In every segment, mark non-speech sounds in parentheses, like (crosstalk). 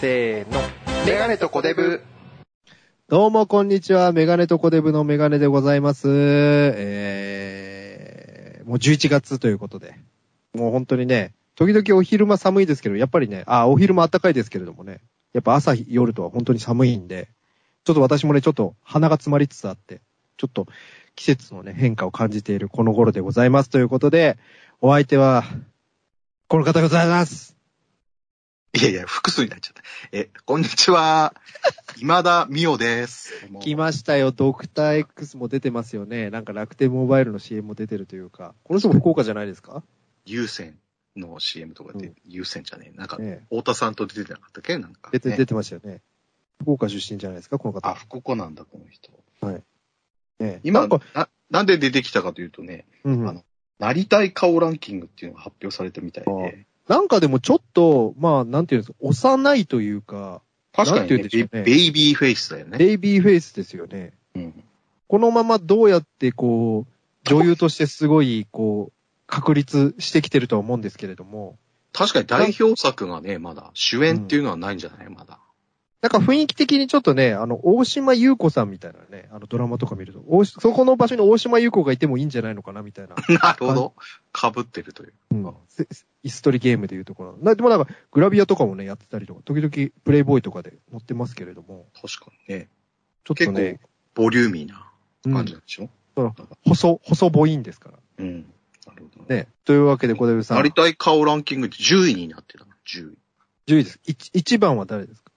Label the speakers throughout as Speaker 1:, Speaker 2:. Speaker 1: せーの。
Speaker 2: メガネとコデブ。
Speaker 3: どうも、こんにちは。メガネとコデブのメガネでございます。えー、もう11月ということで。もう本当にね、時々お昼間寒いですけど、やっぱりね、あ、お昼間暖かいですけれどもね、やっぱ朝、夜とは本当に寒いんで、ちょっと私もね、ちょっと鼻が詰まりつつあって、ちょっと季節のね、変化を感じているこの頃でございますということで、お相手は、この方でございます。
Speaker 2: いやいや、複数になっちゃった。え、こんにちは。今田美桜です。
Speaker 3: 来ましたよ、ドクター X も出てますよね。なんか楽天モバイルの CM も出てるというか、この人も福岡じゃないですか
Speaker 2: 優先の CM とかで、優先じゃねえ。なんか、
Speaker 3: ね
Speaker 2: 太田さんと出てなかったっけなんか、
Speaker 3: 出て、
Speaker 2: ね
Speaker 3: 出てましたよね。福岡出身じゃないですか、この
Speaker 2: あ、
Speaker 3: 方。
Speaker 2: 福岡なんだ、この人。
Speaker 3: ね、な
Speaker 2: 今
Speaker 3: んか、
Speaker 2: な、なんで出てきたかというとね、
Speaker 3: うん
Speaker 2: あのなりたい顔ランキングっていうのが発表されたみたいで、
Speaker 3: なんかでもちょっと、まあ、なんていうんですか、幼いというか、
Speaker 2: 確かにね
Speaker 3: なんて言うんでしょう
Speaker 2: ベ
Speaker 3: ね
Speaker 2: ベイビーフェイスだよね。
Speaker 3: ベイビーフェイスですよね。
Speaker 2: うん、
Speaker 3: このままどうやってこう、女優としてすごい、こう、確立してきてるとは思うんですけれども、
Speaker 2: 確かに代表作がね、まだ、主演っていうのはないんじゃない
Speaker 3: (laughs)
Speaker 2: まだ。
Speaker 3: なんか雰囲気的にちょっとね、あの、大島優子さんみたいなね、あのドラマとか見ると、大しそこの場所に大島優子がいてもいいんじゃないのかな、みたい
Speaker 2: (laughs)
Speaker 3: な。
Speaker 2: なるほど。被ってるという。
Speaker 3: うんせせ椅子取りゲームでいうところ。なでもなんか、グラビアとかもね、やってたりとか、時々プレイボーイとかで載ってますけれども、
Speaker 2: 確かにね。
Speaker 3: ちょっとね、
Speaker 2: ボリューミーな感じ
Speaker 3: う
Speaker 2: なんでしょ、
Speaker 3: ん細、細ボインですから。
Speaker 2: うん、なるほどね。
Speaker 3: ね。というわけで、小田部さん、
Speaker 2: なり
Speaker 3: 10
Speaker 2: たい顔ランキングって10位になってたの。10位。
Speaker 3: 位です。1, 番は誰ですか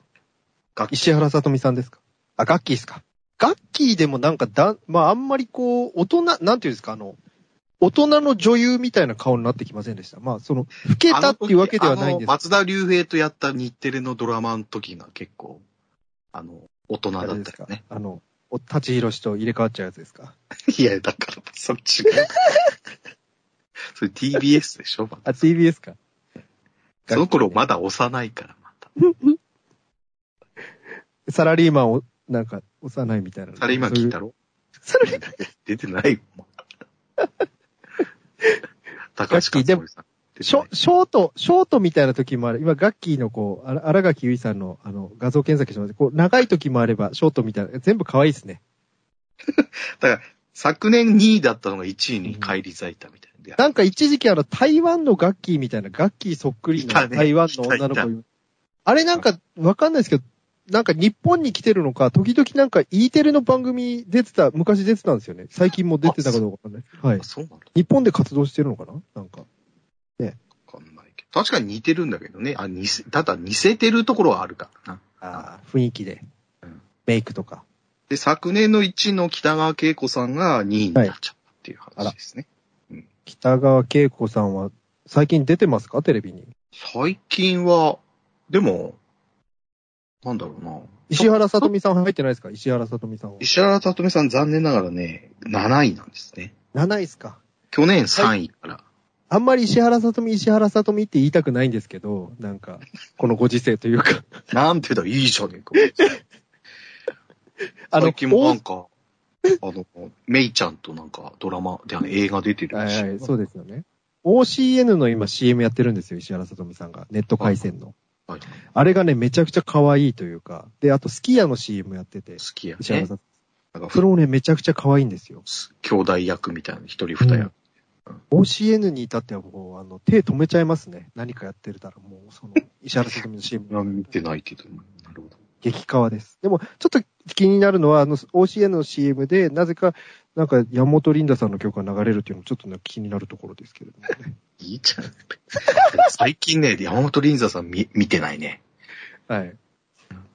Speaker 2: 楽器
Speaker 3: 石原さとみさんですかあ、ガッキーですかガッキーでもなんかだ、まああんまりこう、大人、なんていうんですか、あの、大人の女優みたいな顔になってきませんでした。まあその、老けたっていうわけではないんです
Speaker 2: あの松田龍平とやった日テレのドラマの時が結構、あの、大人だ
Speaker 3: あ
Speaker 2: っ
Speaker 3: れです
Speaker 2: た
Speaker 3: か
Speaker 2: よね。
Speaker 3: あの、お立ち広しと入れ替わっちゃうやつですか
Speaker 2: (laughs) いや、だから、そ
Speaker 3: (laughs)
Speaker 2: れ違う。それ TBS でしょ、ま
Speaker 3: あ、
Speaker 2: た
Speaker 3: TBS か。
Speaker 2: その頃まだ幼いから、また。
Speaker 3: サラリーマンを、なんか、幼いみたいな。
Speaker 2: あれ今聞いたろ
Speaker 3: そういう。サラリー
Speaker 2: 出てな
Speaker 3: (laughs)
Speaker 2: いよ、もう高橋
Speaker 3: ガッキーでも
Speaker 2: 克典さん。
Speaker 3: ショ、ショート、ショートみたいな時もある。今、ガッキーのこう、あら荒垣結衣さんの、あの、画像検索してます。こう、長い時もあれば、ショートみたいな。全部可愛いですね。
Speaker 2: 昨年2位だったのが1位に返り咲いたみたいな。
Speaker 3: なんか一時期あの、台湾のガッキーみたいな、ガッキーそっくり
Speaker 2: いた
Speaker 3: の
Speaker 2: ね
Speaker 3: 台湾の女の
Speaker 2: いたい
Speaker 3: 子。あれなんか、わかんないですけど、なんか日本に来てるのか、時々なんか E テレの番組出てた、昔出てたんですよね。最近も出てたかどうかわかんない。はい
Speaker 2: あ。そうなんだ。
Speaker 3: 日本で活動してるのかななんか。
Speaker 2: わかんないけど。確かに似てるんだけどね。あ、似せ、ただ似せてるところはあるからな。
Speaker 3: ああ、雰囲気で
Speaker 2: うん。
Speaker 3: メイクとか。
Speaker 2: で、昨年の1位の北川景子さんが2位になっちゃったっていう話ですね。
Speaker 3: 北川景子さんは最近出てますかテレビに。
Speaker 2: 最近は、でも、なんだろうな。
Speaker 3: 石原さとみさん入ってないですか石原さとみさんは。
Speaker 2: 石原さとみさん残念ながらね、7位なんですね。
Speaker 3: 7位ですか
Speaker 2: 去年3位から。
Speaker 3: あんまり石原さとみ、石原さとみって言いたくないんですけど、なんか、このご時世というか。
Speaker 2: なんてだ、いいじゃねえか。
Speaker 3: あの、
Speaker 2: 最近もなん
Speaker 3: 大
Speaker 2: か、あの、メイちゃんとなんかドラマであの映画出てる
Speaker 3: は
Speaker 2: し。
Speaker 3: いはい、そうですよね。OCN の今 CM やってるんですよ、石原さとみさんが。ネット回線の。
Speaker 2: はい好
Speaker 3: あれがね、めちゃくちゃ可愛いというか。で、あと、スキヤの CM やってて、
Speaker 2: きや
Speaker 3: 石原
Speaker 2: ね。
Speaker 3: さとみ。
Speaker 2: なん
Speaker 3: そ
Speaker 2: か
Speaker 3: れもね、めちゃくちゃ可愛いんですよ。
Speaker 2: 兄弟役みたいな、一人二役。
Speaker 3: OCN に至ってはもう、あの、手止めちゃいますね。何かやってるたら、もう、その、石原さとみの CM
Speaker 2: い。や見てないけど、なるほど。
Speaker 3: 激川です。でも、ちょっと気になるのは、あの、OCN の CM で、なぜか、なんか、山本リンダさんの曲が流れるっていうのも、ちょっとね、気になるところですけれどもね。
Speaker 2: いいじゃん。最近ね、山本リンザさん見見てないね。
Speaker 3: はい。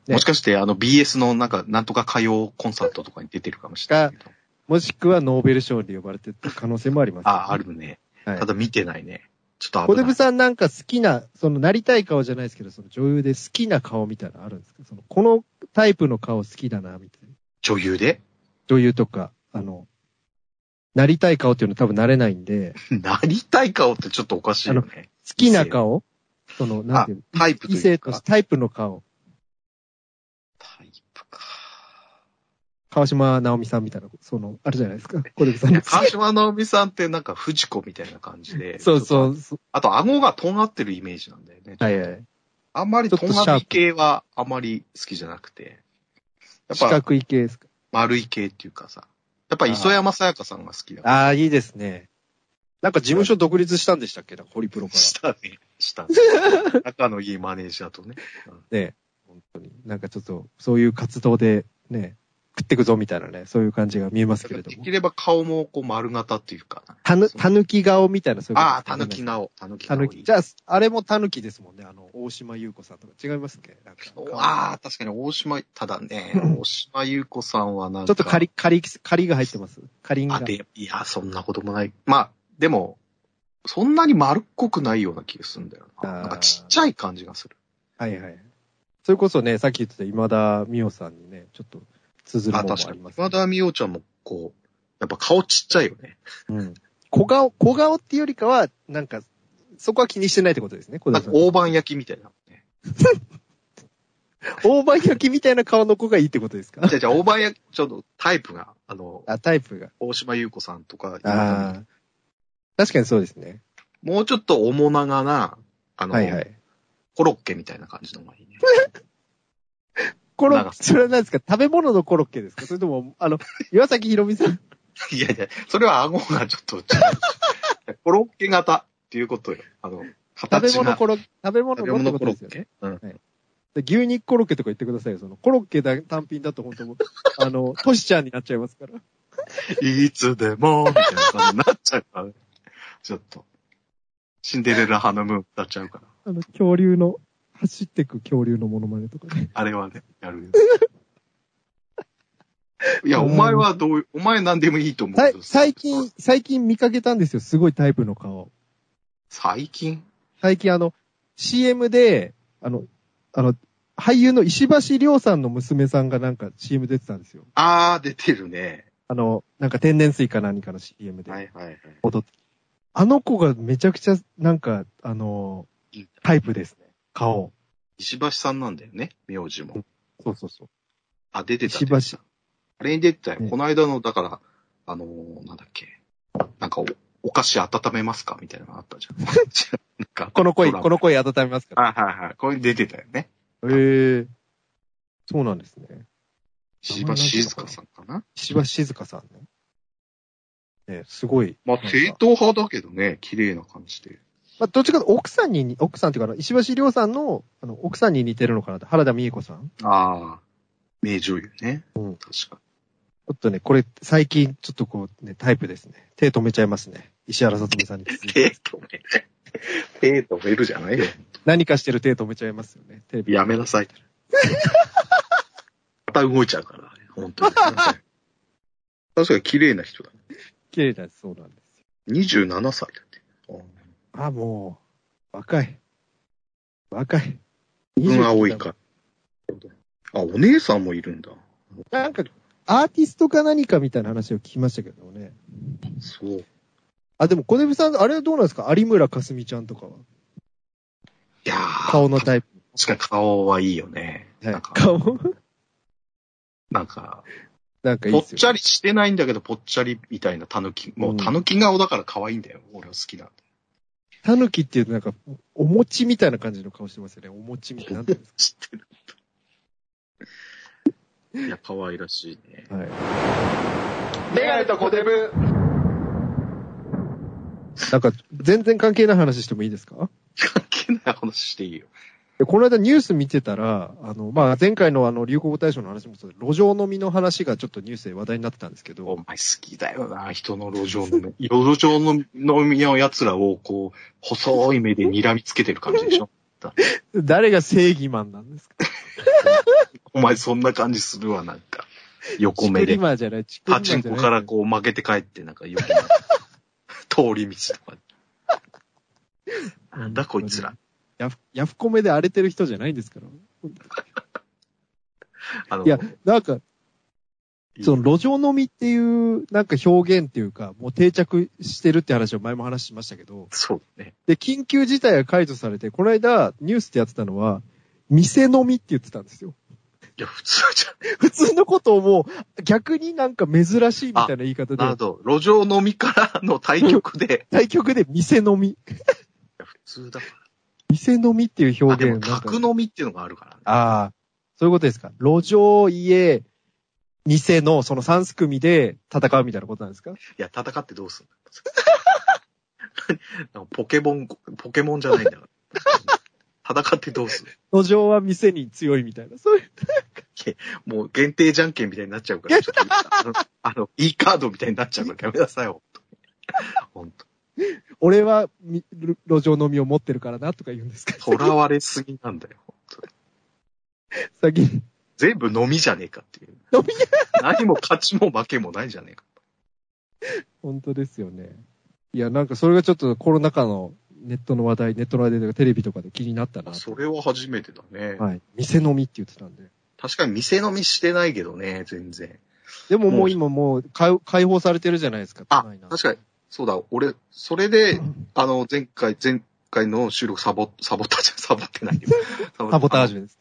Speaker 2: もしかして、あの BS のなんか、なんとか歌謡コンサートとかに出てるかもしれないけど。
Speaker 3: もしくは、ノーベル賞で呼ばれてた可能性もあります、
Speaker 2: あ、あ。るね。
Speaker 3: はい
Speaker 2: ただ見てないね。ちょっ
Speaker 3: 小
Speaker 2: と
Speaker 3: 出
Speaker 2: 危な
Speaker 3: 部
Speaker 2: い。
Speaker 3: さんなんか好きな、その、なりたい顔じゃないですけど、その女優で好きな顔みたいなのあるんですかその、このタイプの顔好きだな、みたいな。
Speaker 2: 女優で
Speaker 3: 女優とか、あの、なりたい顔っていうの多分なれないんで、
Speaker 2: なりたい顔ってちょっとおかしいよね。
Speaker 3: 好きな顔その、なんていう
Speaker 2: タイプと
Speaker 3: 異
Speaker 2: い
Speaker 3: 性
Speaker 2: う
Speaker 3: と
Speaker 2: か
Speaker 3: し。てタイプの顔。
Speaker 2: タイプか。
Speaker 3: 川島直美さんみたいな、その、あるじゃないですか。小出部さんの好き
Speaker 2: 川島直美さんってなんか藤子みたいな感じで。。
Speaker 3: そうそううそう。
Speaker 2: あと、顎が尖ってるイメージなんだよね。
Speaker 3: はいはい。
Speaker 2: あんまり、
Speaker 3: ちょ
Speaker 2: と
Speaker 3: っとシャープ
Speaker 2: がみ系はあまり好きじゃなくて。やっ
Speaker 3: 四
Speaker 2: ぱ、
Speaker 3: 角い系ですか。
Speaker 2: 丸い系っていうかさ。やっぱ、磯山さやかさんが好きだ。
Speaker 3: ああ、いいですね。なんか事務所独立したんでしたっけな、ホリプロか
Speaker 2: したね。したね。
Speaker 3: (laughs)
Speaker 2: 仲のいいマネージャーとね。
Speaker 3: ら。ね本当に。なんかちょっと、そういう活動で、ね、食ってくぞみたいなね、そういう感じが見えますけれ
Speaker 2: で
Speaker 3: ども
Speaker 2: き。れば顔もこう丸型っていうか。
Speaker 3: たぬ、
Speaker 2: そう
Speaker 3: たぬき顔みたいな、そういうこと
Speaker 2: ああ、たぬき。顔。たぬき
Speaker 3: た
Speaker 2: 顔。
Speaker 3: ぬき。じゃあ、あれもたぬきですもんね。あの、大島優子さんとか違いますっけなんか
Speaker 2: ああ、確かに大島、ただね、大島優子さんはなんか。
Speaker 3: ちょっと仮、仮、仮が入ってます。仮が
Speaker 2: あ、。で、いや、そんなこともない。まあ、でも、そんなに丸っこくないような気がするんだよ
Speaker 3: あー
Speaker 2: な。なんかちっちゃい感じがする。
Speaker 3: はいはい。それこそね、さっき言ってた今田美桜さんにね、ちょっと通ずる
Speaker 2: あ、
Speaker 3: ものも
Speaker 2: 確
Speaker 3: あ
Speaker 2: か
Speaker 3: り
Speaker 2: に。
Speaker 3: ます、
Speaker 2: 今田美桜ちゃんもこう、やっぱ顔ちっちゃいよね。
Speaker 3: うん。小顔、小顔っていうよりかは、なんか、そこは気にしてないってことですね、小
Speaker 2: な
Speaker 3: 田さ
Speaker 2: んか
Speaker 3: ん。
Speaker 2: 大判焼きみたいな、ね。 (laughs)
Speaker 3: 大判焼きみたいな顔の子がいいってことですか
Speaker 2: じゃじゃ大判焼き、ちょっとタイプが、あの、
Speaker 3: あ、タイプが。
Speaker 2: 大島優子さんとか、
Speaker 3: ああ。確かにそうですね。
Speaker 2: もうちょっと重長な、あの、
Speaker 3: はいはい。
Speaker 2: コロッケみたいな感じの方がいいね。 (laughs)
Speaker 3: コロ
Speaker 2: なんか
Speaker 3: それは何ですか食べ物のコロッケですかそれとも、あの、岩崎宏美さん。
Speaker 2: いやいや、それは顎がちょっと、 (laughs) ちょっとコロッケ型っていうことよ。あの、
Speaker 3: 食べ
Speaker 2: 形
Speaker 3: 物
Speaker 2: が。
Speaker 3: コロッケ、食べ
Speaker 2: 食
Speaker 3: 物
Speaker 2: べ
Speaker 3: のって
Speaker 2: 物
Speaker 3: こ
Speaker 2: コ
Speaker 3: と
Speaker 2: ロ
Speaker 3: ですよ
Speaker 2: ッ
Speaker 3: ね。
Speaker 2: ケうん。
Speaker 3: で牛肉コロッケとか言ってくださいよ。その、コロッケだ単品だと本当もう、 (laughs) あの、トシちゃんになっちゃいますから。
Speaker 2: いつでも、みたいな感じになっちゃうからね。ちょっと。シンデレラハのムーン歌っちゃうから。
Speaker 3: あの、恐竜の、走ってく恐竜のモノマネとかね。
Speaker 2: あれはね、や (laughs) るよ。いや、お前はどういう、お前何でもいいと思う
Speaker 3: さ
Speaker 2: け
Speaker 3: い
Speaker 2: ど。
Speaker 3: 最近、最近見かけたんですよ。すごいタイプの顔。
Speaker 2: 最近
Speaker 3: 最近あの、CM で、あの、あの、俳優の石橋亮さんの娘さんがなんか CM 出てたんですよ。
Speaker 2: あー、出てるね。
Speaker 3: あの、なんか天然水か何かの CM で。
Speaker 2: はいはいはい。
Speaker 3: あの子がめちゃくちゃ、なんか、あの
Speaker 2: いい、
Speaker 3: タイプですね。顔。
Speaker 2: 石橋さんなんだよね、名字も。
Speaker 3: そうそうそう。
Speaker 2: あ、出てた。
Speaker 3: 石
Speaker 2: 出
Speaker 3: 橋
Speaker 2: てたあれに出てたよ。
Speaker 3: ね
Speaker 2: この間の、だから、あのーなんだっけ。なんかお、お菓子温めますかみたいなのあったじ (laughs) ゃん。なんか
Speaker 3: この声、
Speaker 2: ドラマ
Speaker 3: この声温めますから。
Speaker 2: はいはいはい。これに出てたよね。
Speaker 3: へえそうなんですね。
Speaker 2: 石橋静香さんかな
Speaker 3: 石橋静香さんね。ね、すごい。
Speaker 2: まあ、
Speaker 3: なんか
Speaker 2: 正統派だけどね、綺麗な感じで。
Speaker 3: まあ、どっちかというと奥さんにに、奥さんっていうか、石橋亮さんの、あの、奥さんに似てるのかなって、原田美恵子さん
Speaker 2: ああ、名女優ね。
Speaker 3: うん
Speaker 2: 確か
Speaker 3: ちょっとね、これ、最近、ちょっとこう、ね、タイプですね。手止めちゃいますね。石原さとみさんに続い
Speaker 2: に。
Speaker 3: て。
Speaker 2: 手止める。手止めるじゃないよ。
Speaker 3: 何かしてる手止めちゃいますよね。テレビ。
Speaker 2: やめなさい。また動いちゃうから、本 (laughs) 当に。確かに綺麗な人だね。
Speaker 3: 綺麗だそうなんですよ。
Speaker 2: 27歳だって。
Speaker 3: あ、もう、若い。若い。
Speaker 2: 自分は多いか。あ、お姉さんもいるんだ。
Speaker 3: なんか、アーティストか何かみたいな話を聞きましたけどね。
Speaker 2: そう。
Speaker 3: あ、でも、小出さん、あれはどうなんですか有村かすみちゃんとかは。
Speaker 2: いやー
Speaker 3: 顔のタイプ。
Speaker 2: 確かに顔はいいよね。
Speaker 3: は
Speaker 2: ないんか、
Speaker 3: 顔。 (laughs)
Speaker 2: なんか、
Speaker 3: なんかいい
Speaker 2: ぽっ
Speaker 3: ですよね。
Speaker 2: ちゃりしてないんだけど、ぽっちゃりみたいなタヌキ。もうタヌキ顔だから可愛いんだよ。俺は好きなんだ。
Speaker 3: タヌキっていうとなんか、お餅みたいな感じの顔してますよね。お餅みたいな。なんていうんです
Speaker 2: 知ってる。いや、可愛らしいね。
Speaker 3: か。はい。
Speaker 2: メガネとコデブ
Speaker 3: なんか、全然関係ない話してもいいですか
Speaker 2: 関係ない話していいよ。
Speaker 3: でこの間ニュース見てたら、あの、まあ、前回のあの、流行語大賞の話もそうで、路上飲みの話がちょっとニュースで話題になってたんですけ
Speaker 2: (laughs)
Speaker 3: ど、
Speaker 2: お前好きだよな、人の路上の、路上の飲み屋の奴らを、こう、細い目で睨みつけてる感じでし (laughs) ょ
Speaker 3: 誰が正義マンなんですか
Speaker 2: お前そんな感じするわ、なんか。横
Speaker 3: チ
Speaker 2: 目
Speaker 3: クリ
Speaker 2: で。
Speaker 3: マーじゃない、チクリマ
Speaker 2: パ
Speaker 3: ーじ
Speaker 2: チ
Speaker 3: ゃな
Speaker 2: ン
Speaker 3: い。
Speaker 2: コからこう負けて帰って、なんか横目通り道とか。なんだこいつら。
Speaker 3: ヤフ、ヤフコメで荒れてる人じゃないんですから。
Speaker 2: あの、
Speaker 3: いや、なんか、
Speaker 2: いい
Speaker 3: その路上飲みっていう、なんか表現っていうか、もう定着してるって話を前も話しましたけど、
Speaker 2: そうね。
Speaker 3: で、緊急事態が解除されて、この間、ニュースでやってたのは、店飲みって言ってたんですよ。 (laughs)
Speaker 2: いや、普通じ
Speaker 3: 普通のことをもう、逆になんか珍しいみたいな言い方
Speaker 2: ゃん。なるほ
Speaker 3: で、
Speaker 2: ど。路上飲みからの対局で、
Speaker 3: 対局で店飲み。
Speaker 2: いや普通だから。
Speaker 3: 店飲みっていう
Speaker 2: あ、
Speaker 3: 表
Speaker 2: で
Speaker 3: 現
Speaker 2: も、
Speaker 3: なんか
Speaker 2: 宅飲みっていうのがあるからね。
Speaker 3: ああ、そういうことですか。路上、家、店のその三すくみで戦うみたいなことなんですか
Speaker 2: いや、戦ってどう (laughs) すんのポケモン、ポケモンじゃないんだから。 (laughs) 戦ってどうすん
Speaker 3: 路上は店に強いみたいな。そういう。
Speaker 2: のもう限定じゃんけんみたいになっちゃうから、
Speaker 3: (laughs)
Speaker 2: ちょっとあの、あの、E カードみたいになっちゃうからやめなさい、ほんとに。ほんと。
Speaker 3: 俺はみ路上飲みを持ってるからなとか言うんですか
Speaker 2: 囚われすぎなんだよ、ほんと。
Speaker 3: 先に。
Speaker 2: 全部飲みじゃねえかっていう。
Speaker 3: 飲み
Speaker 2: 何も勝ちも負けもないじゃねえか。
Speaker 3: 本当ですよね。いや、なんかそれがちょっとコロナ禍のネットの話題、ネットの話題とかテレビとかで気になったな
Speaker 2: あ
Speaker 3: と。
Speaker 2: それは初めてだね。
Speaker 3: はい。店飲みって言ってたんで。
Speaker 2: 確かに店飲みしてないけどね、全然。
Speaker 3: でもも
Speaker 2: も
Speaker 3: う
Speaker 2: う
Speaker 3: 今もう解解放されてるじゃないですか。
Speaker 2: あ
Speaker 3: 都内なん、て
Speaker 2: 確かに。。そうだ、俺、それで、あの、前回、前回の収録サボ、サボタージュ、 (laughs) サボってないよ。サ
Speaker 3: サボタージ
Speaker 2: ュ。
Speaker 3: ュです。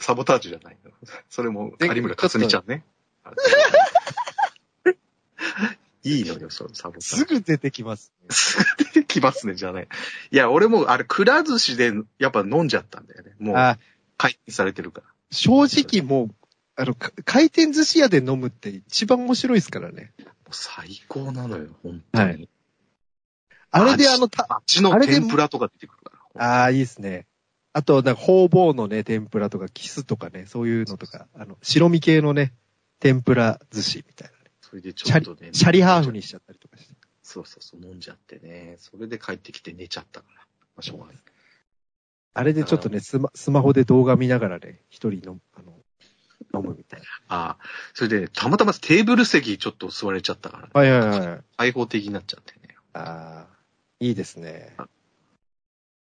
Speaker 2: サボタージュじゃないよ。それも、
Speaker 3: 前回
Speaker 2: 有村かすみちゃんね。あ (laughs) いいのよ、そのサボタージ
Speaker 3: す
Speaker 2: ュ。
Speaker 3: ぐ出てきます。
Speaker 2: 来ますね、じゃない。いや、俺も、あれ、くら寿司で、やっぱ飲んじゃったんだよね。もう、
Speaker 3: あ
Speaker 2: 解禁されてるから。
Speaker 3: 正直もう、あの、か回転寿司屋で飲むって一番面白いですからね。
Speaker 2: もう最高なのよ、本当に。
Speaker 3: はいあれであの、た、
Speaker 2: あっちの
Speaker 3: あれで
Speaker 2: 天ぷらとか出てくるから。
Speaker 3: ああ、いいですね。あと、なんか、ほうぼうのね、天ぷらとか、キスとかね、そういうのとか、あの、白身系のね、天ぷら寿司みたいな、ね。
Speaker 2: それでちょっとね。
Speaker 3: シャリハーフにしちゃったりとかして。
Speaker 2: そうそうそう、飲んじゃってね。それで帰ってきて寝ちゃったから。まあ、しょうがない。
Speaker 3: あれでちょっとね、スマ、スマホで動画見ながらね、一人の、あの、飲むみたいな。
Speaker 2: ああ。それで、たまたまテーブル席ちょっと座れちゃったから、
Speaker 3: はいはいはい。
Speaker 2: 開放的になっちゃってね。
Speaker 3: ああ、いいですね。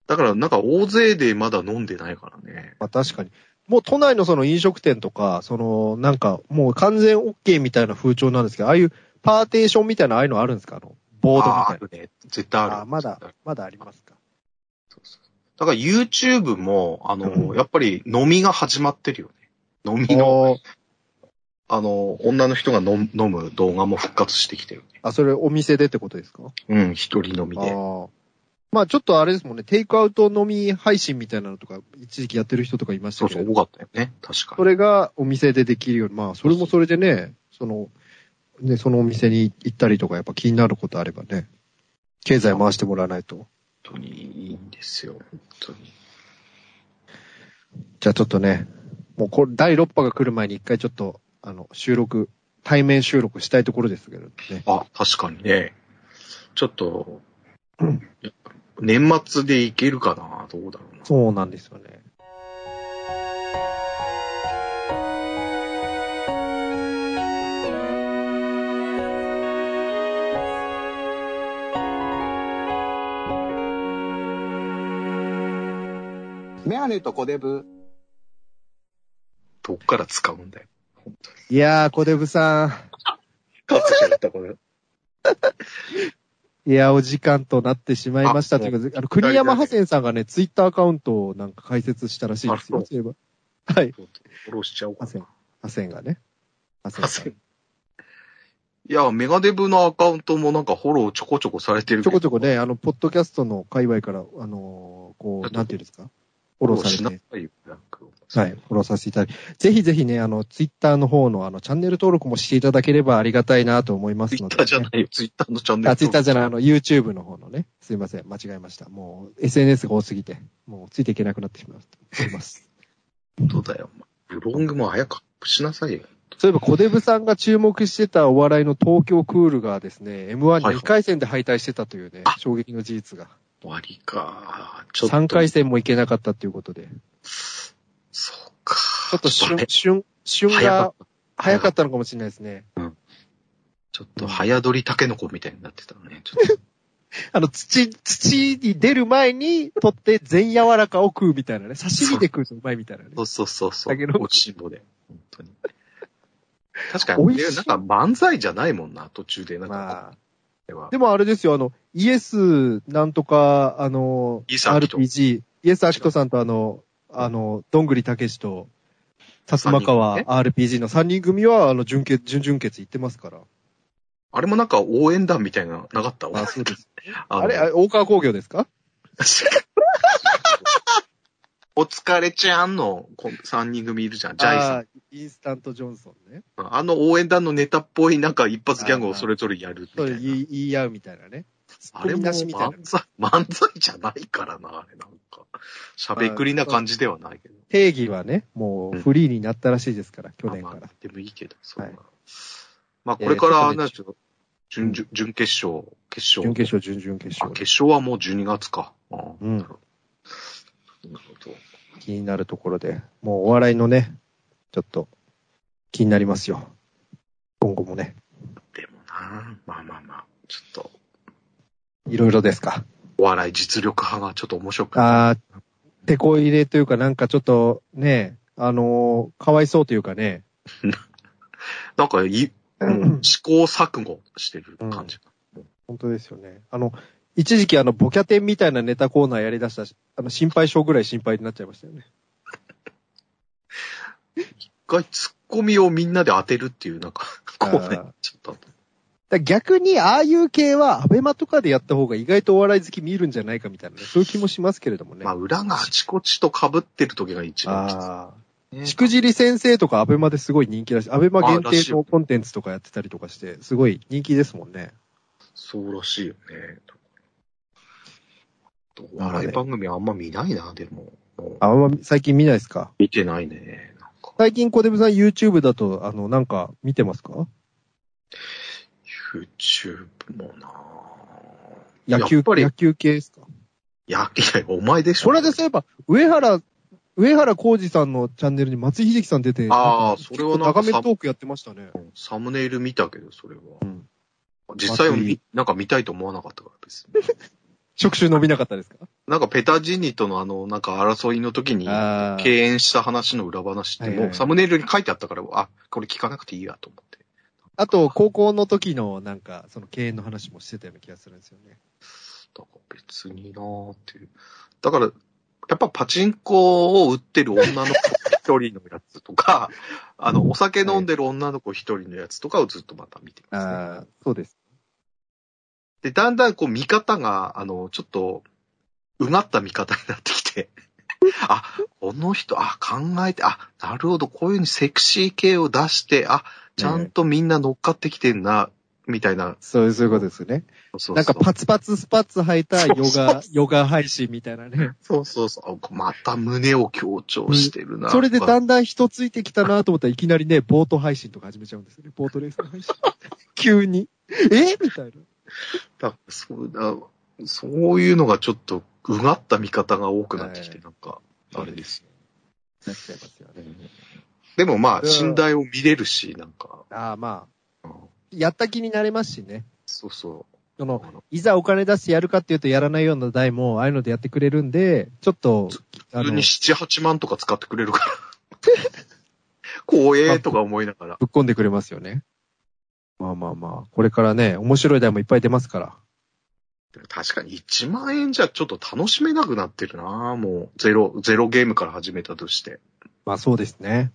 Speaker 2: だからなんか大勢でまだ飲んでないからね。
Speaker 3: まあ確かに。もう都内のその飲食店とか、その、なんか、もう完全 OK みたいな風潮なんですけど、ああいうパーテーションみたいな、ああいうのあるんですかあの、ボードみ
Speaker 2: あ
Speaker 3: た
Speaker 2: あ
Speaker 3: いな。
Speaker 2: るね。絶対ある。
Speaker 3: あーまだ
Speaker 2: 絶対ある、
Speaker 3: まだありますか。
Speaker 2: そうそうだから YouTube も、あの、やっぱり飲みが始まってるよね。飲みの、
Speaker 3: おー
Speaker 2: あの、女の人が飲む飲む動画も復活してきてるね。
Speaker 3: あ、それお店でってことですか
Speaker 2: うん、一人飲み
Speaker 3: あ
Speaker 2: で。
Speaker 3: ーまあちょっとあれですもんね、テイクアウト飲み配信みたいなのとか、一時期やってる人とかいまし
Speaker 2: そ
Speaker 3: た
Speaker 2: う
Speaker 3: け
Speaker 2: そ
Speaker 3: ど、
Speaker 2: う、多かったよね。確か
Speaker 3: そ
Speaker 2: に。
Speaker 3: れがお店でできるように、まあそれもそれでね、その、ね、そのお店に行ったりとか、やっぱ気になることあればね、経済回してもらわないと。
Speaker 2: 本当にいいんですよ。本当に。
Speaker 3: じゃあちょっとね、もうこれ、第6波が来る前に一回ちょっと、あの、収録、対面収録したいところですけどね。
Speaker 2: あ、確かにね。ちょっと、年末でいけるかなどうだろうな。
Speaker 3: そうなんですよね。
Speaker 1: メアネとコデブ。
Speaker 2: どっから使うんだよ。本当に。
Speaker 3: いやー、小デブさん。
Speaker 2: カットしちゃった、これ。
Speaker 3: いや、お時間となってしまいました
Speaker 2: あ
Speaker 3: ということで、あの、国山派生さんがね、ツイッターアカウントをなんか開設したらしいですよ
Speaker 2: あ。
Speaker 3: そういえば。はい。
Speaker 2: フォローしちゃおうか
Speaker 3: ハ
Speaker 2: な
Speaker 3: セン、ハセンがね。ハセン
Speaker 2: ハ
Speaker 3: さ
Speaker 2: セ
Speaker 3: ん
Speaker 2: ン。いや、メガデブのアカウントもなんかフォローちょこちょこされてる
Speaker 3: ち
Speaker 2: け
Speaker 3: ょ
Speaker 2: ど
Speaker 3: こちょこね、あの、ポッドキャストの界隈から、あのーこ
Speaker 2: ちょっ
Speaker 3: う、
Speaker 2: と
Speaker 3: なんていうんですかフ
Speaker 2: フ
Speaker 3: ォロ
Speaker 2: ォロ
Speaker 3: ー
Speaker 2: ーし
Speaker 3: さ
Speaker 2: な
Speaker 3: れて、
Speaker 2: さいよ、なんか。
Speaker 3: はい、フォローさせていただき、ぜひぜひね、あの、ツイッターの方の、あの、チャンネル登録もしていただければありがたいなと思いま
Speaker 2: ツ
Speaker 3: す
Speaker 2: イッ
Speaker 3: ので、
Speaker 2: ターじゃないよ、ツイッターのチャンネル。
Speaker 3: あ、ツイッターじゃない、あの、YouTube の方のね、すいません、間違えました。もう、SNS が多すぎて、もう、ついていけなくなってしまっています。
Speaker 2: 本当だよ、お前ブロングも早くアップしなさいよ。
Speaker 3: そういえば、小デブさんが注目してたお笑いの東京クールがですね、
Speaker 2: は
Speaker 3: M12
Speaker 2: い
Speaker 3: 回戦で敗退してたというね、衝撃の事実が。
Speaker 2: 終わりか。ちょっと。
Speaker 3: 3回戦もいけなかったということで。
Speaker 2: そうか。
Speaker 3: ちょっと
Speaker 2: ち
Speaker 3: 旬
Speaker 2: ょっとね、
Speaker 3: 旬、旬
Speaker 2: 早か
Speaker 3: が
Speaker 2: った。
Speaker 3: 早かったのかもしれないですね。
Speaker 2: ちょっと早撮りタケノコみたいになってたね。ちょっと。
Speaker 3: あの、土、土に出る前に取って全柔らかを食うみたいなね。刺身で食うとうまいみ (laughs) たいなね。
Speaker 2: そうそうそうそう。
Speaker 3: タケノコ
Speaker 2: 落ちんぼで。本当に。確かに、
Speaker 3: 美味しい
Speaker 2: なんか漫才じゃないもんな、途中で。なんか、
Speaker 3: まあ。
Speaker 2: これは
Speaker 3: でもあれですよ、あの、イエスなんとか、あの、
Speaker 2: イエスアキト
Speaker 3: RPG、イエスアキトさんとあの、あの、どんぐりたけしと、さつまかわ
Speaker 2: 三
Speaker 3: RPG の3人組は、あの、準決、準々決行ってますから。
Speaker 2: あれもなんか応援団みたいなのなかった
Speaker 3: あ、そうです。
Speaker 2: あ
Speaker 3: あれ、
Speaker 2: れ
Speaker 3: あ大川工業ですか
Speaker 2: (laughs) お疲れちゃんのこ3人組いるじゃん、ジャイさん。
Speaker 3: あーインスタントジョンソンね。
Speaker 2: あの応援団のネタっぽいなんか一発ギャグをそれぞれやるみた
Speaker 3: そ
Speaker 2: い
Speaker 3: れ
Speaker 2: な。
Speaker 3: 言い言い合うみたいなね。
Speaker 2: あれ
Speaker 3: ツッコ
Speaker 2: も
Speaker 3: ミなしみたいな
Speaker 2: 漫才、漫才じゃないからな、あれなんか。しゃべくりな感じではないけど。
Speaker 3: 定義はね、もうフリーになったらしいですから、去年か
Speaker 2: まあ
Speaker 3: ら
Speaker 2: まあ。でもいいけど、そうな
Speaker 3: はい
Speaker 2: まあこれから、
Speaker 3: えー
Speaker 2: なんでしょう。準々準決勝、決勝。
Speaker 3: 準決勝、準々決
Speaker 2: あ、
Speaker 3: 勝
Speaker 2: 決。勝はもう12月か。ああ
Speaker 3: うん
Speaker 2: なるほど。なるほど
Speaker 3: 気になるところで、もうお笑いのね、ちょっと気になりますよ。今後もね、
Speaker 2: でもな、まあまあまあ、ちょっと、
Speaker 3: いろいろですか。
Speaker 2: お笑い実力派がちょっと面白くない。
Speaker 3: あー、手こ入れというかなんかちょっとね、あのーかわいそうというかね、
Speaker 2: なんかい、もう試行錯誤してる感じ。
Speaker 3: (clears throat) 本当ですよね。あの、一時期あの、ボキャテンみたいなネタコーナーやりだしたし、あの、心配性ぐらい心配になっちゃいましたよね。
Speaker 2: 一回ツッコミをみんなで当てるっていう、なんか、
Speaker 3: あー
Speaker 2: こうね、ちょっと。
Speaker 3: だから逆に、ああいう系は、アベマとかでやった方が意外とお笑い好き見るんじゃないかみたいなね、そういう気もしますけれどもね。
Speaker 2: まあ、裏があちこちと被ってる時が一番きつい
Speaker 3: あ
Speaker 2: ね
Speaker 3: ー。しくじり先生とかアベマですごい人気らしい。アベマ限
Speaker 2: あらしい
Speaker 3: 定
Speaker 2: よ
Speaker 3: のコンテンツとかやってたりとかして、すごい人気ですもんね。
Speaker 2: そうらしいよね。お笑い番組あんま見ないな、でも。もう
Speaker 3: あんま最近見ないですか
Speaker 2: 見てないね。なんか、
Speaker 3: 最近小デブさん YouTube だと、あの、なんか見てますか
Speaker 2: YouTube もな
Speaker 3: 野球、
Speaker 2: やっぱり
Speaker 3: 野球系ですか
Speaker 2: や、いや、お前でしょ。
Speaker 3: これでそういえば、上原、上原浩二さんのチャンネルに松井秀喜さん出て、
Speaker 2: あーそれはなんか
Speaker 3: 長めトークやってましたね。
Speaker 2: サムネイル見たけど、それは。
Speaker 3: うん
Speaker 2: 実際は
Speaker 3: 祭
Speaker 2: み
Speaker 3: り、
Speaker 2: なんか見たいと思わなかったから、別に。
Speaker 3: 触手伸びなかったですか
Speaker 2: なんかペタジーニとのあの、なんか争いの時に、
Speaker 3: あ
Speaker 2: 敬遠した話の裏話って、
Speaker 3: はいはい
Speaker 2: もうサムネイルに書いてあったから、あ、これ聞かなくていいやと思って。
Speaker 3: あと、高校の時のなんか、その経営の話もしてたような気がするんですよね。
Speaker 2: だから別になーっていう。だから、やっぱパチンコを売ってる女の子一人のやつ
Speaker 3: (laughs)
Speaker 2: とか、あの、お酒飲んでる女の子一人のやつとかをずっとまた見てます、ね
Speaker 3: ああ、そうです。
Speaker 2: で、だんだんこう見方が、あの、ちょっと、うなった見方になって
Speaker 3: (laughs)
Speaker 2: きて、あ、この人、あ、考えて、あ、なるほど、こういうふうにセクシー系を出して、あ、ちゃんとみんな乗っかってきてんな、みたいな。
Speaker 3: そういう、そういうことですよね。
Speaker 2: そうそう
Speaker 3: なんかパツパツスパッツ履いた
Speaker 2: そう
Speaker 3: ヨ
Speaker 2: そう
Speaker 3: ガ、ヨガ配信みたいなね。
Speaker 2: そうそうそう。あまた胸を強調してるな。
Speaker 3: それで
Speaker 2: とか
Speaker 3: だんだん人ついてきたなと思ったらいきなりね、ボート配信とか始めちゃうんですよね。ボートレースの配
Speaker 2: (laughs)
Speaker 3: 信。急に。えみたいな。
Speaker 2: だそうだそういうのがちょっと、うがった見方が多くなってきて、
Speaker 3: は
Speaker 2: なんか、あれです。
Speaker 3: なっちゃいますよね。
Speaker 2: でもまあ、
Speaker 3: うん
Speaker 2: 信頼を見れるし、なんか、
Speaker 3: ああ、まあ。
Speaker 2: うん
Speaker 3: やった気になれますしね。
Speaker 2: そうそ。
Speaker 3: そうの、いざお金出してやるかっていうとやらないような代も、ああいうのでやってくれるんで、ちょっと、あ
Speaker 2: 普通
Speaker 3: の、ぶ
Speaker 2: に
Speaker 3: っ
Speaker 2: 7、8万とか使ってくれ
Speaker 3: (laughs)
Speaker 2: るから。光栄とか思いながら。
Speaker 3: 込んでくれますよね。まあまあまあ、これからね、面白い代もいっぱい出ますから。
Speaker 2: でも確かに1万円じゃちょっと楽しめなくなってるなもう、ゼロ、ゼロゲームから始めたとして。
Speaker 3: まあそうですね。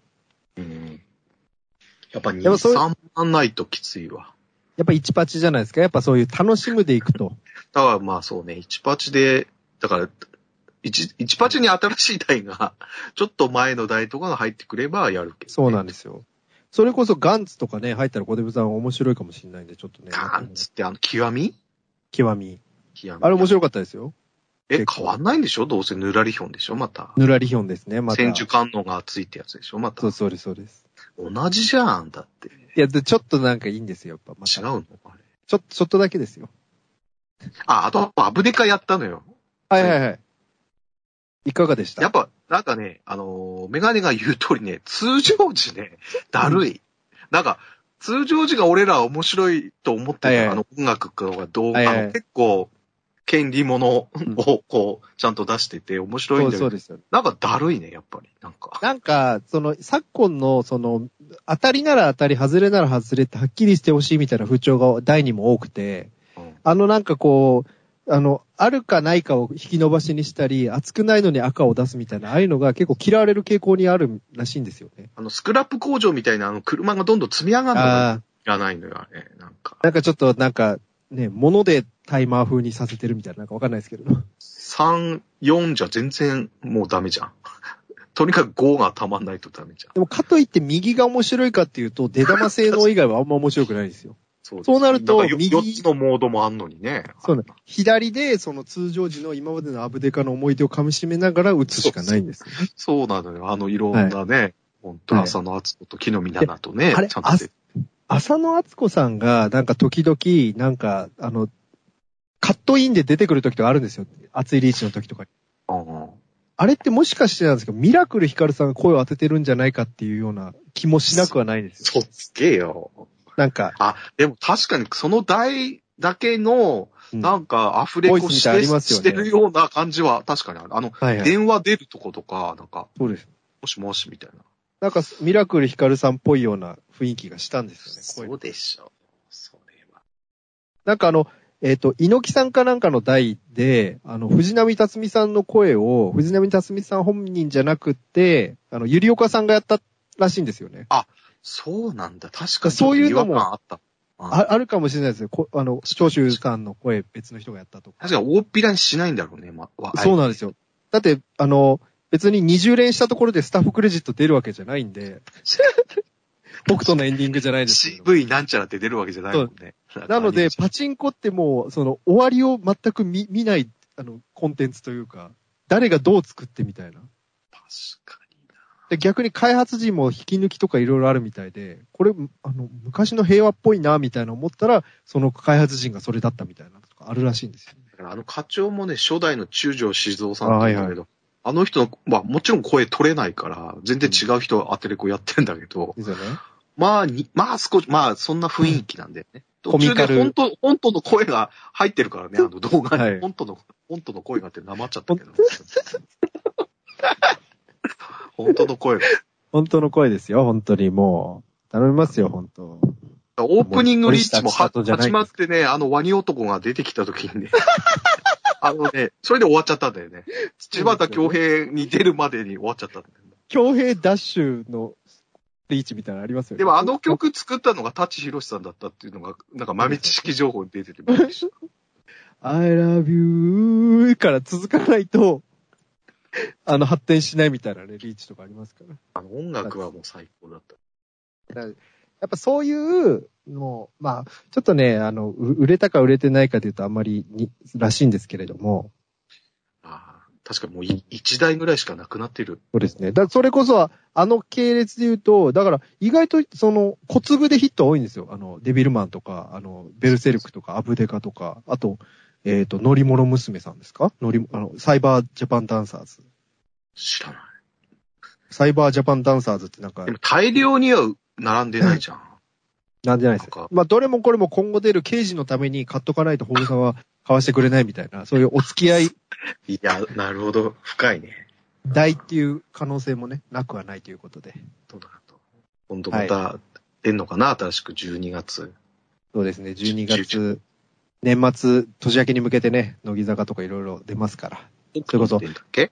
Speaker 2: うん。やっぱ2、
Speaker 3: でもそう
Speaker 2: 3万ないときついわ。
Speaker 3: やっぱ一パチじゃないですか。やっぱそういう楽しむでいくと。
Speaker 2: だからまあそうね、1パチで、だから、1、一パチに新しい台が、 (laughs) ちょっと前の台とかが入ってくればやるけど、
Speaker 3: そうなん
Speaker 2: で
Speaker 3: ですよ。それこそガンツとかね、入ったら小デブさん面白いかもしれないんで、ちょっとね。
Speaker 2: ガーンっつって、あの、極み
Speaker 3: 極み。
Speaker 2: 極み。
Speaker 3: あれ面白かったですよ。
Speaker 2: え、変わんないんでしょどうせぬらりひょんでしょまた。
Speaker 3: ぬらりひょんですね、また。
Speaker 2: 千手観音がついてやつでしょまた
Speaker 3: そう。そうです、そうです。
Speaker 2: 同じじゃん。だって。
Speaker 3: いや、でちょっとなんかいいんですよ、やっぱ。また
Speaker 2: 違うのあれ。
Speaker 3: ちょっと、ちょっとだけですよ。
Speaker 2: あ、あと、アブデカやったのよ。
Speaker 3: はいはいはい。いかがでした
Speaker 2: やっぱ、なんかね、あのーメガネが言う通りね、通常時ね、だるい。なんか、通常時が俺ら面白いと思ってる、
Speaker 3: はいはい
Speaker 2: あの音楽とか動画、
Speaker 3: はいはい
Speaker 2: あの結構、権利ものを
Speaker 3: うん
Speaker 2: こう、ちゃんと出してて面白い
Speaker 3: そ
Speaker 2: ん
Speaker 3: う
Speaker 2: だけ
Speaker 3: そう
Speaker 2: ど、
Speaker 3: ですよね。
Speaker 2: なんかだるいね、やっぱり。なんか。
Speaker 3: なんか、その、昨今の、その、当たりなら当たり、外れなら外れってはっきりしてほしいみたいな風潮が第にも多くて、
Speaker 2: うん
Speaker 3: あのなんかこう、あの、あるかないかを引き伸ばしにしたり、熱くないのに赤を出すみたいな、ああいうのが結構嫌われる傾向にあるらしいんですよね。
Speaker 2: あの、スクラップ工場みたいな、あの、車がどんどん積み上がるのが
Speaker 3: ああ、
Speaker 2: いらないのよ、あれ。なんか。
Speaker 3: なんかちょっとなんか、ね、物でタイマー風にさせてるみたいな、なんかわかんないですけど。
Speaker 2: 3、4じゃ全然もうダメじゃん。とにかく5がたまんないとダメじゃん。
Speaker 3: でもかといって右が面白いかっていうと、出玉性能以外はあんま面白くないんですよ。
Speaker 2: そうです
Speaker 3: そうなると
Speaker 2: なんかよ
Speaker 3: 右
Speaker 2: 4つのモードもあんのにね。
Speaker 3: そうね。左で、その通常時の今までのアブデカの思い出を噛み締めながら打つしかないんですよね。
Speaker 2: そうなのよ。あの、いろんなね、本当
Speaker 3: はい
Speaker 2: 浅野敦子と木の実奈々とね、
Speaker 3: あれ
Speaker 2: ちゃんと出て
Speaker 3: 浅野敦子さんが、なんか時々、なんか、あの、カットインで出てくる時とかあるんですよ。熱いリーチの時とかに。
Speaker 2: うんうん
Speaker 3: あれってもしかしてなんですけど、ミラクルヒカルさんが声を当ててるんじゃないかっていうような気もしなくはないですよ。
Speaker 2: そう、すげえよ。
Speaker 3: なんか、
Speaker 2: あ、でも確かにその台だけの、
Speaker 3: うん
Speaker 2: なんかアフレコし
Speaker 3: ボ
Speaker 2: て,、
Speaker 3: イスみたいありますよ
Speaker 2: し
Speaker 3: ね
Speaker 2: てるような感じは確かにある。あの、
Speaker 3: はいはい。
Speaker 2: 電話出るとことか、なんか、
Speaker 3: そうです。
Speaker 2: もしもしみたいな。
Speaker 3: なんか、ミラクルヒカルさんっぽいような雰囲気がしたんですよね。声
Speaker 2: うでしょう。それは。
Speaker 3: なんかあの、えっ、と、猪木さんかなんかの代で、あの、藤波辰巳さんの声を、藤波辰巳さん本人じゃなくて、あの、ゆりおかさんがやったらしいんですよね。
Speaker 2: そうなんだ。確かに。
Speaker 3: そういうのも
Speaker 2: 違和感あった。うん
Speaker 3: ああるかもしれないですよ。こあの、長州さんの声別の人がやったとか。
Speaker 2: 確かに大っぴらにしないんだろうね、ま、わ
Speaker 3: そうなんですよ。だって、あの、別に20連したところでスタッフクレジット出るわけじゃないん (laughs) で、北斗のエンディングじゃないですけど。
Speaker 2: CV なんちゃらって出るわけじゃないもんね。
Speaker 3: なので、
Speaker 2: 何
Speaker 3: パチンコってもう、その、終わりを全く見、見ない、あの、コンテンツというか、誰がどう作ってみたいな。
Speaker 2: 確かにな。
Speaker 3: で、逆に開発時も引き抜きとかいろいろあるみたいで、これ、あの、昔の平和っぽいな、みたいな思ったら、その開発人がそれだったみたいなのとかあるらしいんですよ。
Speaker 2: だからあの課長もね、初代の中条静雄さんって言うんだけど、
Speaker 3: あ
Speaker 2: あ,、
Speaker 3: はい
Speaker 2: の人の、まあもちろん声取れないから、全然違う人当てれこやってんだけど、
Speaker 3: ですよね。
Speaker 2: まあに、まあ少し、まあそんな雰囲気なんだよ
Speaker 3: う
Speaker 2: ね。
Speaker 3: ん
Speaker 2: 途
Speaker 3: コ
Speaker 2: 中
Speaker 3: ミカ
Speaker 2: で
Speaker 3: ル
Speaker 2: 本当、本当の声が入ってるから
Speaker 3: (laughs)
Speaker 2: ね、あの動画に。
Speaker 3: はい
Speaker 2: 本当の、本当の声がってなまっちゃった
Speaker 3: (laughs)
Speaker 2: けど。本当の声が。
Speaker 3: 本当の声ですよ、本当にもう。頼みますよ、本当。
Speaker 2: オープニングリッチもは
Speaker 3: 森下千里じゃない
Speaker 2: 始まってね、あのワニ男が出てきた時に (laughs) ね、あのね、それで終わっちゃったんだよね。土畑京平に出るまでに終わっちゃったんだよね。
Speaker 3: 強兵ダッシュのリーチみたいなのありますよね。
Speaker 2: でもあの曲作ったのが舘ひろしさんだったっていうのが、なんか豆知識情報に出てて、
Speaker 3: I love you から続かないと、あの、発展しないみたいなね、リーチとかありますから。
Speaker 2: あの音楽はもう最高だった。
Speaker 3: やっぱそういうの、まあ、ちょっとね、あの、う売れたか売れてないかというとあんまりに、らしいんですけれども、
Speaker 2: ああ確かにもうい一台ぐらいしかなくなってる。
Speaker 3: そうですね。だそれこそは、あの系列で言うと、だから意外とその小粒でヒット多いんですよ。あの、デビルマンとか、あの、ベルセルクとか、アブデカとか、あと、えっ、と、乗り物娘さんですか乗り、あの、サイバージャパンダンサーズ。
Speaker 2: 知らな
Speaker 3: サイバージャパンダンサーズってなんか
Speaker 2: い。で、も大量には並んでないじゃん。
Speaker 3: なんじゃないで
Speaker 2: なん
Speaker 3: すか。
Speaker 2: か、
Speaker 3: まあ、どれもこれも今後出る刑事のために買っとかないと、ホールさんは買わしてくれないみたいな、そういうお付き合い
Speaker 2: (laughs) いや、なるほど、深いね。
Speaker 3: 代っていう可能性もね、なくはないということで。
Speaker 2: どうだろうと。今度また出んのかな、新しく12月。
Speaker 3: そうですね、12
Speaker 2: 11
Speaker 3: 月、年末、年明けに向けてね、乃木坂とかいろいろ出ますから。
Speaker 2: そ
Speaker 3: れこそ
Speaker 2: 出んだっけ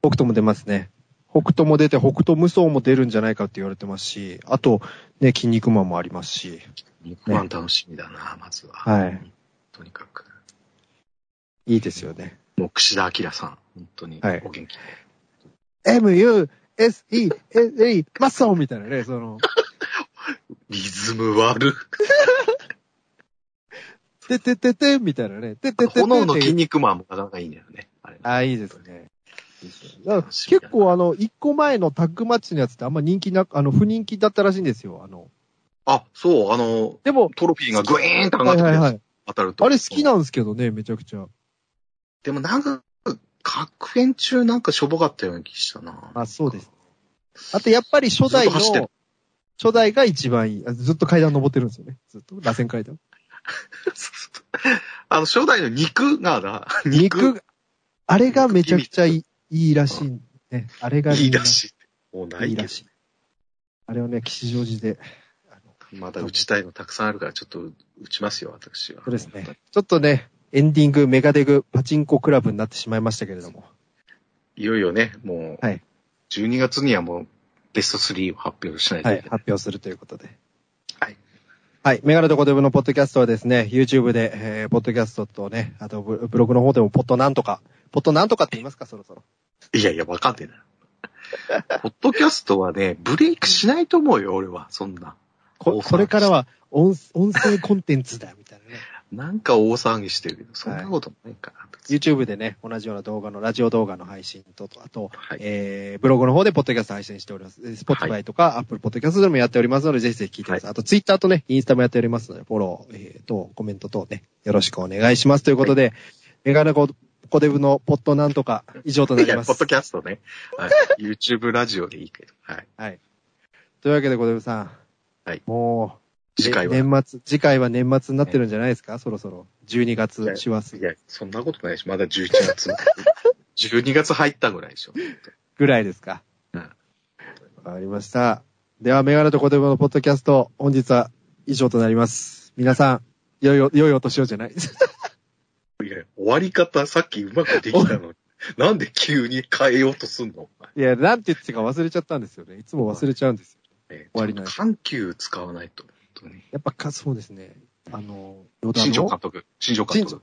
Speaker 3: 北斗も出ますね。北斗も出て、北斗無双も出るんじゃないかって言われてますし、あと、ね、筋肉マンもありますし。
Speaker 2: 肉まん楽しみだな、まずは。
Speaker 3: はい。
Speaker 2: とにかく。
Speaker 3: いいですよね。
Speaker 2: もう、串田明さん、本当に、
Speaker 3: はい
Speaker 2: お元気で。
Speaker 3: MU、SE、SE、マッソンみたいなね、その、
Speaker 2: リズム悪。
Speaker 3: ててててみたいなね、ててててて
Speaker 2: 炎の筋肉マンもなかなかいいんだよね。あれ。
Speaker 3: ああ、いいですね。
Speaker 2: いいですよね
Speaker 3: だから
Speaker 2: 楽しみだ
Speaker 3: 結構あの、一個前のタッグマッチのやつってあんま人気なく、あの、不人気だったらしいんですよ。あの、
Speaker 2: あ、そう、あの、
Speaker 3: でも、
Speaker 2: トロフィーがグイーンって上が
Speaker 3: は
Speaker 2: っ
Speaker 3: い
Speaker 2: てく
Speaker 3: は
Speaker 2: る
Speaker 3: い
Speaker 2: やつ
Speaker 3: はい。
Speaker 2: 当たると。
Speaker 3: あれ好きなんですけどね、めちゃくちゃ。
Speaker 2: でもなんか、各演中なんかしょぼかったような気したな。
Speaker 3: あ、そうです。あとやっぱり初代の、
Speaker 2: ずっと走ってる
Speaker 3: 初代が一番いい。あずっと階段登ってるんですよね。ずっと、螺旋階段。
Speaker 2: あの、初代の (laughs) 肉がな、
Speaker 3: 肉が、あれがめちゃくちゃいいいいらしい。ね。あれが
Speaker 2: いいら
Speaker 3: い
Speaker 2: しい。もうない
Speaker 3: いい
Speaker 2: けど
Speaker 3: らしい。あれをね、吉祥寺で。
Speaker 2: まだ打ちたいのたくさんあるから、ちょっと打ちますよ、私は。
Speaker 3: そうですね。ちょっとね、エンディング、メガデグ、パチンコクラブになってしまいましたけれども。
Speaker 2: いよいよね、もう、
Speaker 3: はい
Speaker 2: 12月にはもう、ベスト3を発表しないと
Speaker 3: はいい、
Speaker 2: け
Speaker 3: 発
Speaker 2: ない。
Speaker 3: 表するということで。
Speaker 2: はい。
Speaker 3: はい。メガネとコデブのポッドキャストはですね、YouTube で、えー、ポッドキャストとね、あとブブログの方でもポッドなんとか、ポッドなんとかって言いますか、そろそろ。
Speaker 2: いやいや、わかんねえな。 (laughs) ポッドキャストはね、ブレイクしないと思うよ、俺は。そんな。
Speaker 3: こ、これからは音、音声コンテンツだ、みたいなね。
Speaker 2: なんか大騒ぎしてるけど、そんなことないから。別に
Speaker 3: (laughs) YouTube でね、同じような動画の、ラジオ動画の配信と、あと、
Speaker 2: はい
Speaker 3: えー、ブログの方でポッドキャスト配信しております。えー
Speaker 2: は
Speaker 3: Spotify とか Apple Podcast でもやっておりますので、ぜひぜひ聞いてください。あと Twitter とね、インスタもやっておりますので、フォロー、えー、と、コメント等ね、よろしくお願いします。ということで、メガネココデブのポッドなんとか以上とないり
Speaker 2: や、
Speaker 3: ま
Speaker 2: ポ
Speaker 3: す
Speaker 2: ッ。ドキャストね。はい。YouTube ラジオでいいけど。はい。
Speaker 3: はい。というわけでコデブさん。
Speaker 2: はい
Speaker 3: もう、
Speaker 2: 次回は。
Speaker 3: ね
Speaker 2: い
Speaker 3: 年末、次回は年末になってるんじゃないですか、そろそろ。12月、師走
Speaker 2: や、そんなことないでしょ。まだ11月。12月入ったぐらいでしょ。
Speaker 3: ぐらいですか。
Speaker 2: うん
Speaker 3: わかりました。では、メガネとコデブのポッドキャスト、本日は以上となります。皆さん、良いお、良いお年をじゃない。
Speaker 2: いや、終わり方さっきうまくでき
Speaker 3: (laughs)
Speaker 2: たのに。なんで急に変えようとすんのお前
Speaker 3: いや、なんて言ってたか忘れちゃったんですよね。いつも忘れちゃうんですよ。
Speaker 2: え
Speaker 3: 終わりない
Speaker 2: 緩急使わないと。本当に。
Speaker 3: やっぱか、そうですね。あの、ヨダ
Speaker 2: 新庄監
Speaker 3: の、
Speaker 2: 督。新庄監督。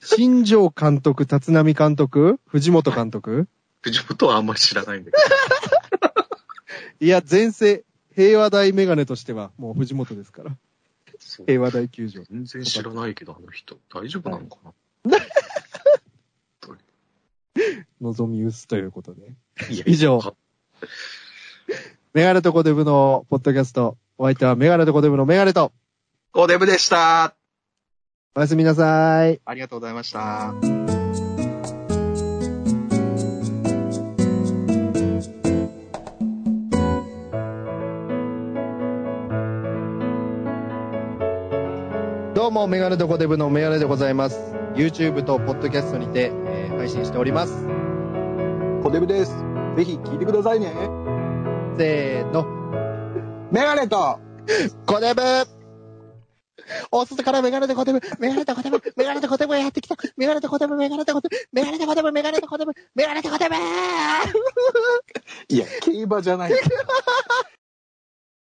Speaker 3: 新庄監督、立浪監督、藤本監督、
Speaker 2: 藤本はあんまり知らないんだけど。
Speaker 3: (laughs) い、や、前世、平和大メガネとしては、もう藤本ですから。
Speaker 2: そう
Speaker 3: 平和大球場。
Speaker 2: 全然知らないけど、あの人。大丈夫なのかな、
Speaker 3: 望み薄ということで。
Speaker 2: いや
Speaker 3: 以上 (laughs) メガネとコデブのポッドキャスト、お相手はメガネとコデブのメガネと、
Speaker 2: コーデブでした
Speaker 3: おやすみなさーい。
Speaker 1: ありがとうございました。
Speaker 3: どうも、メガネとコデブのメガネでございます。YouTube とポッドキャストにて、えー配信しております。
Speaker 1: コデブです。ぜひ聞いてくださいね。
Speaker 3: せーの、
Speaker 1: メガネと
Speaker 3: コデブお外からメガネとコデブ、メガネとコデブ、メガネとコデブがやってきた、メガネとコデブ、メガネとコデブ、メガネとコデブ、メガネとコデブ、メガネとコデブ
Speaker 1: いや、競馬じゃない。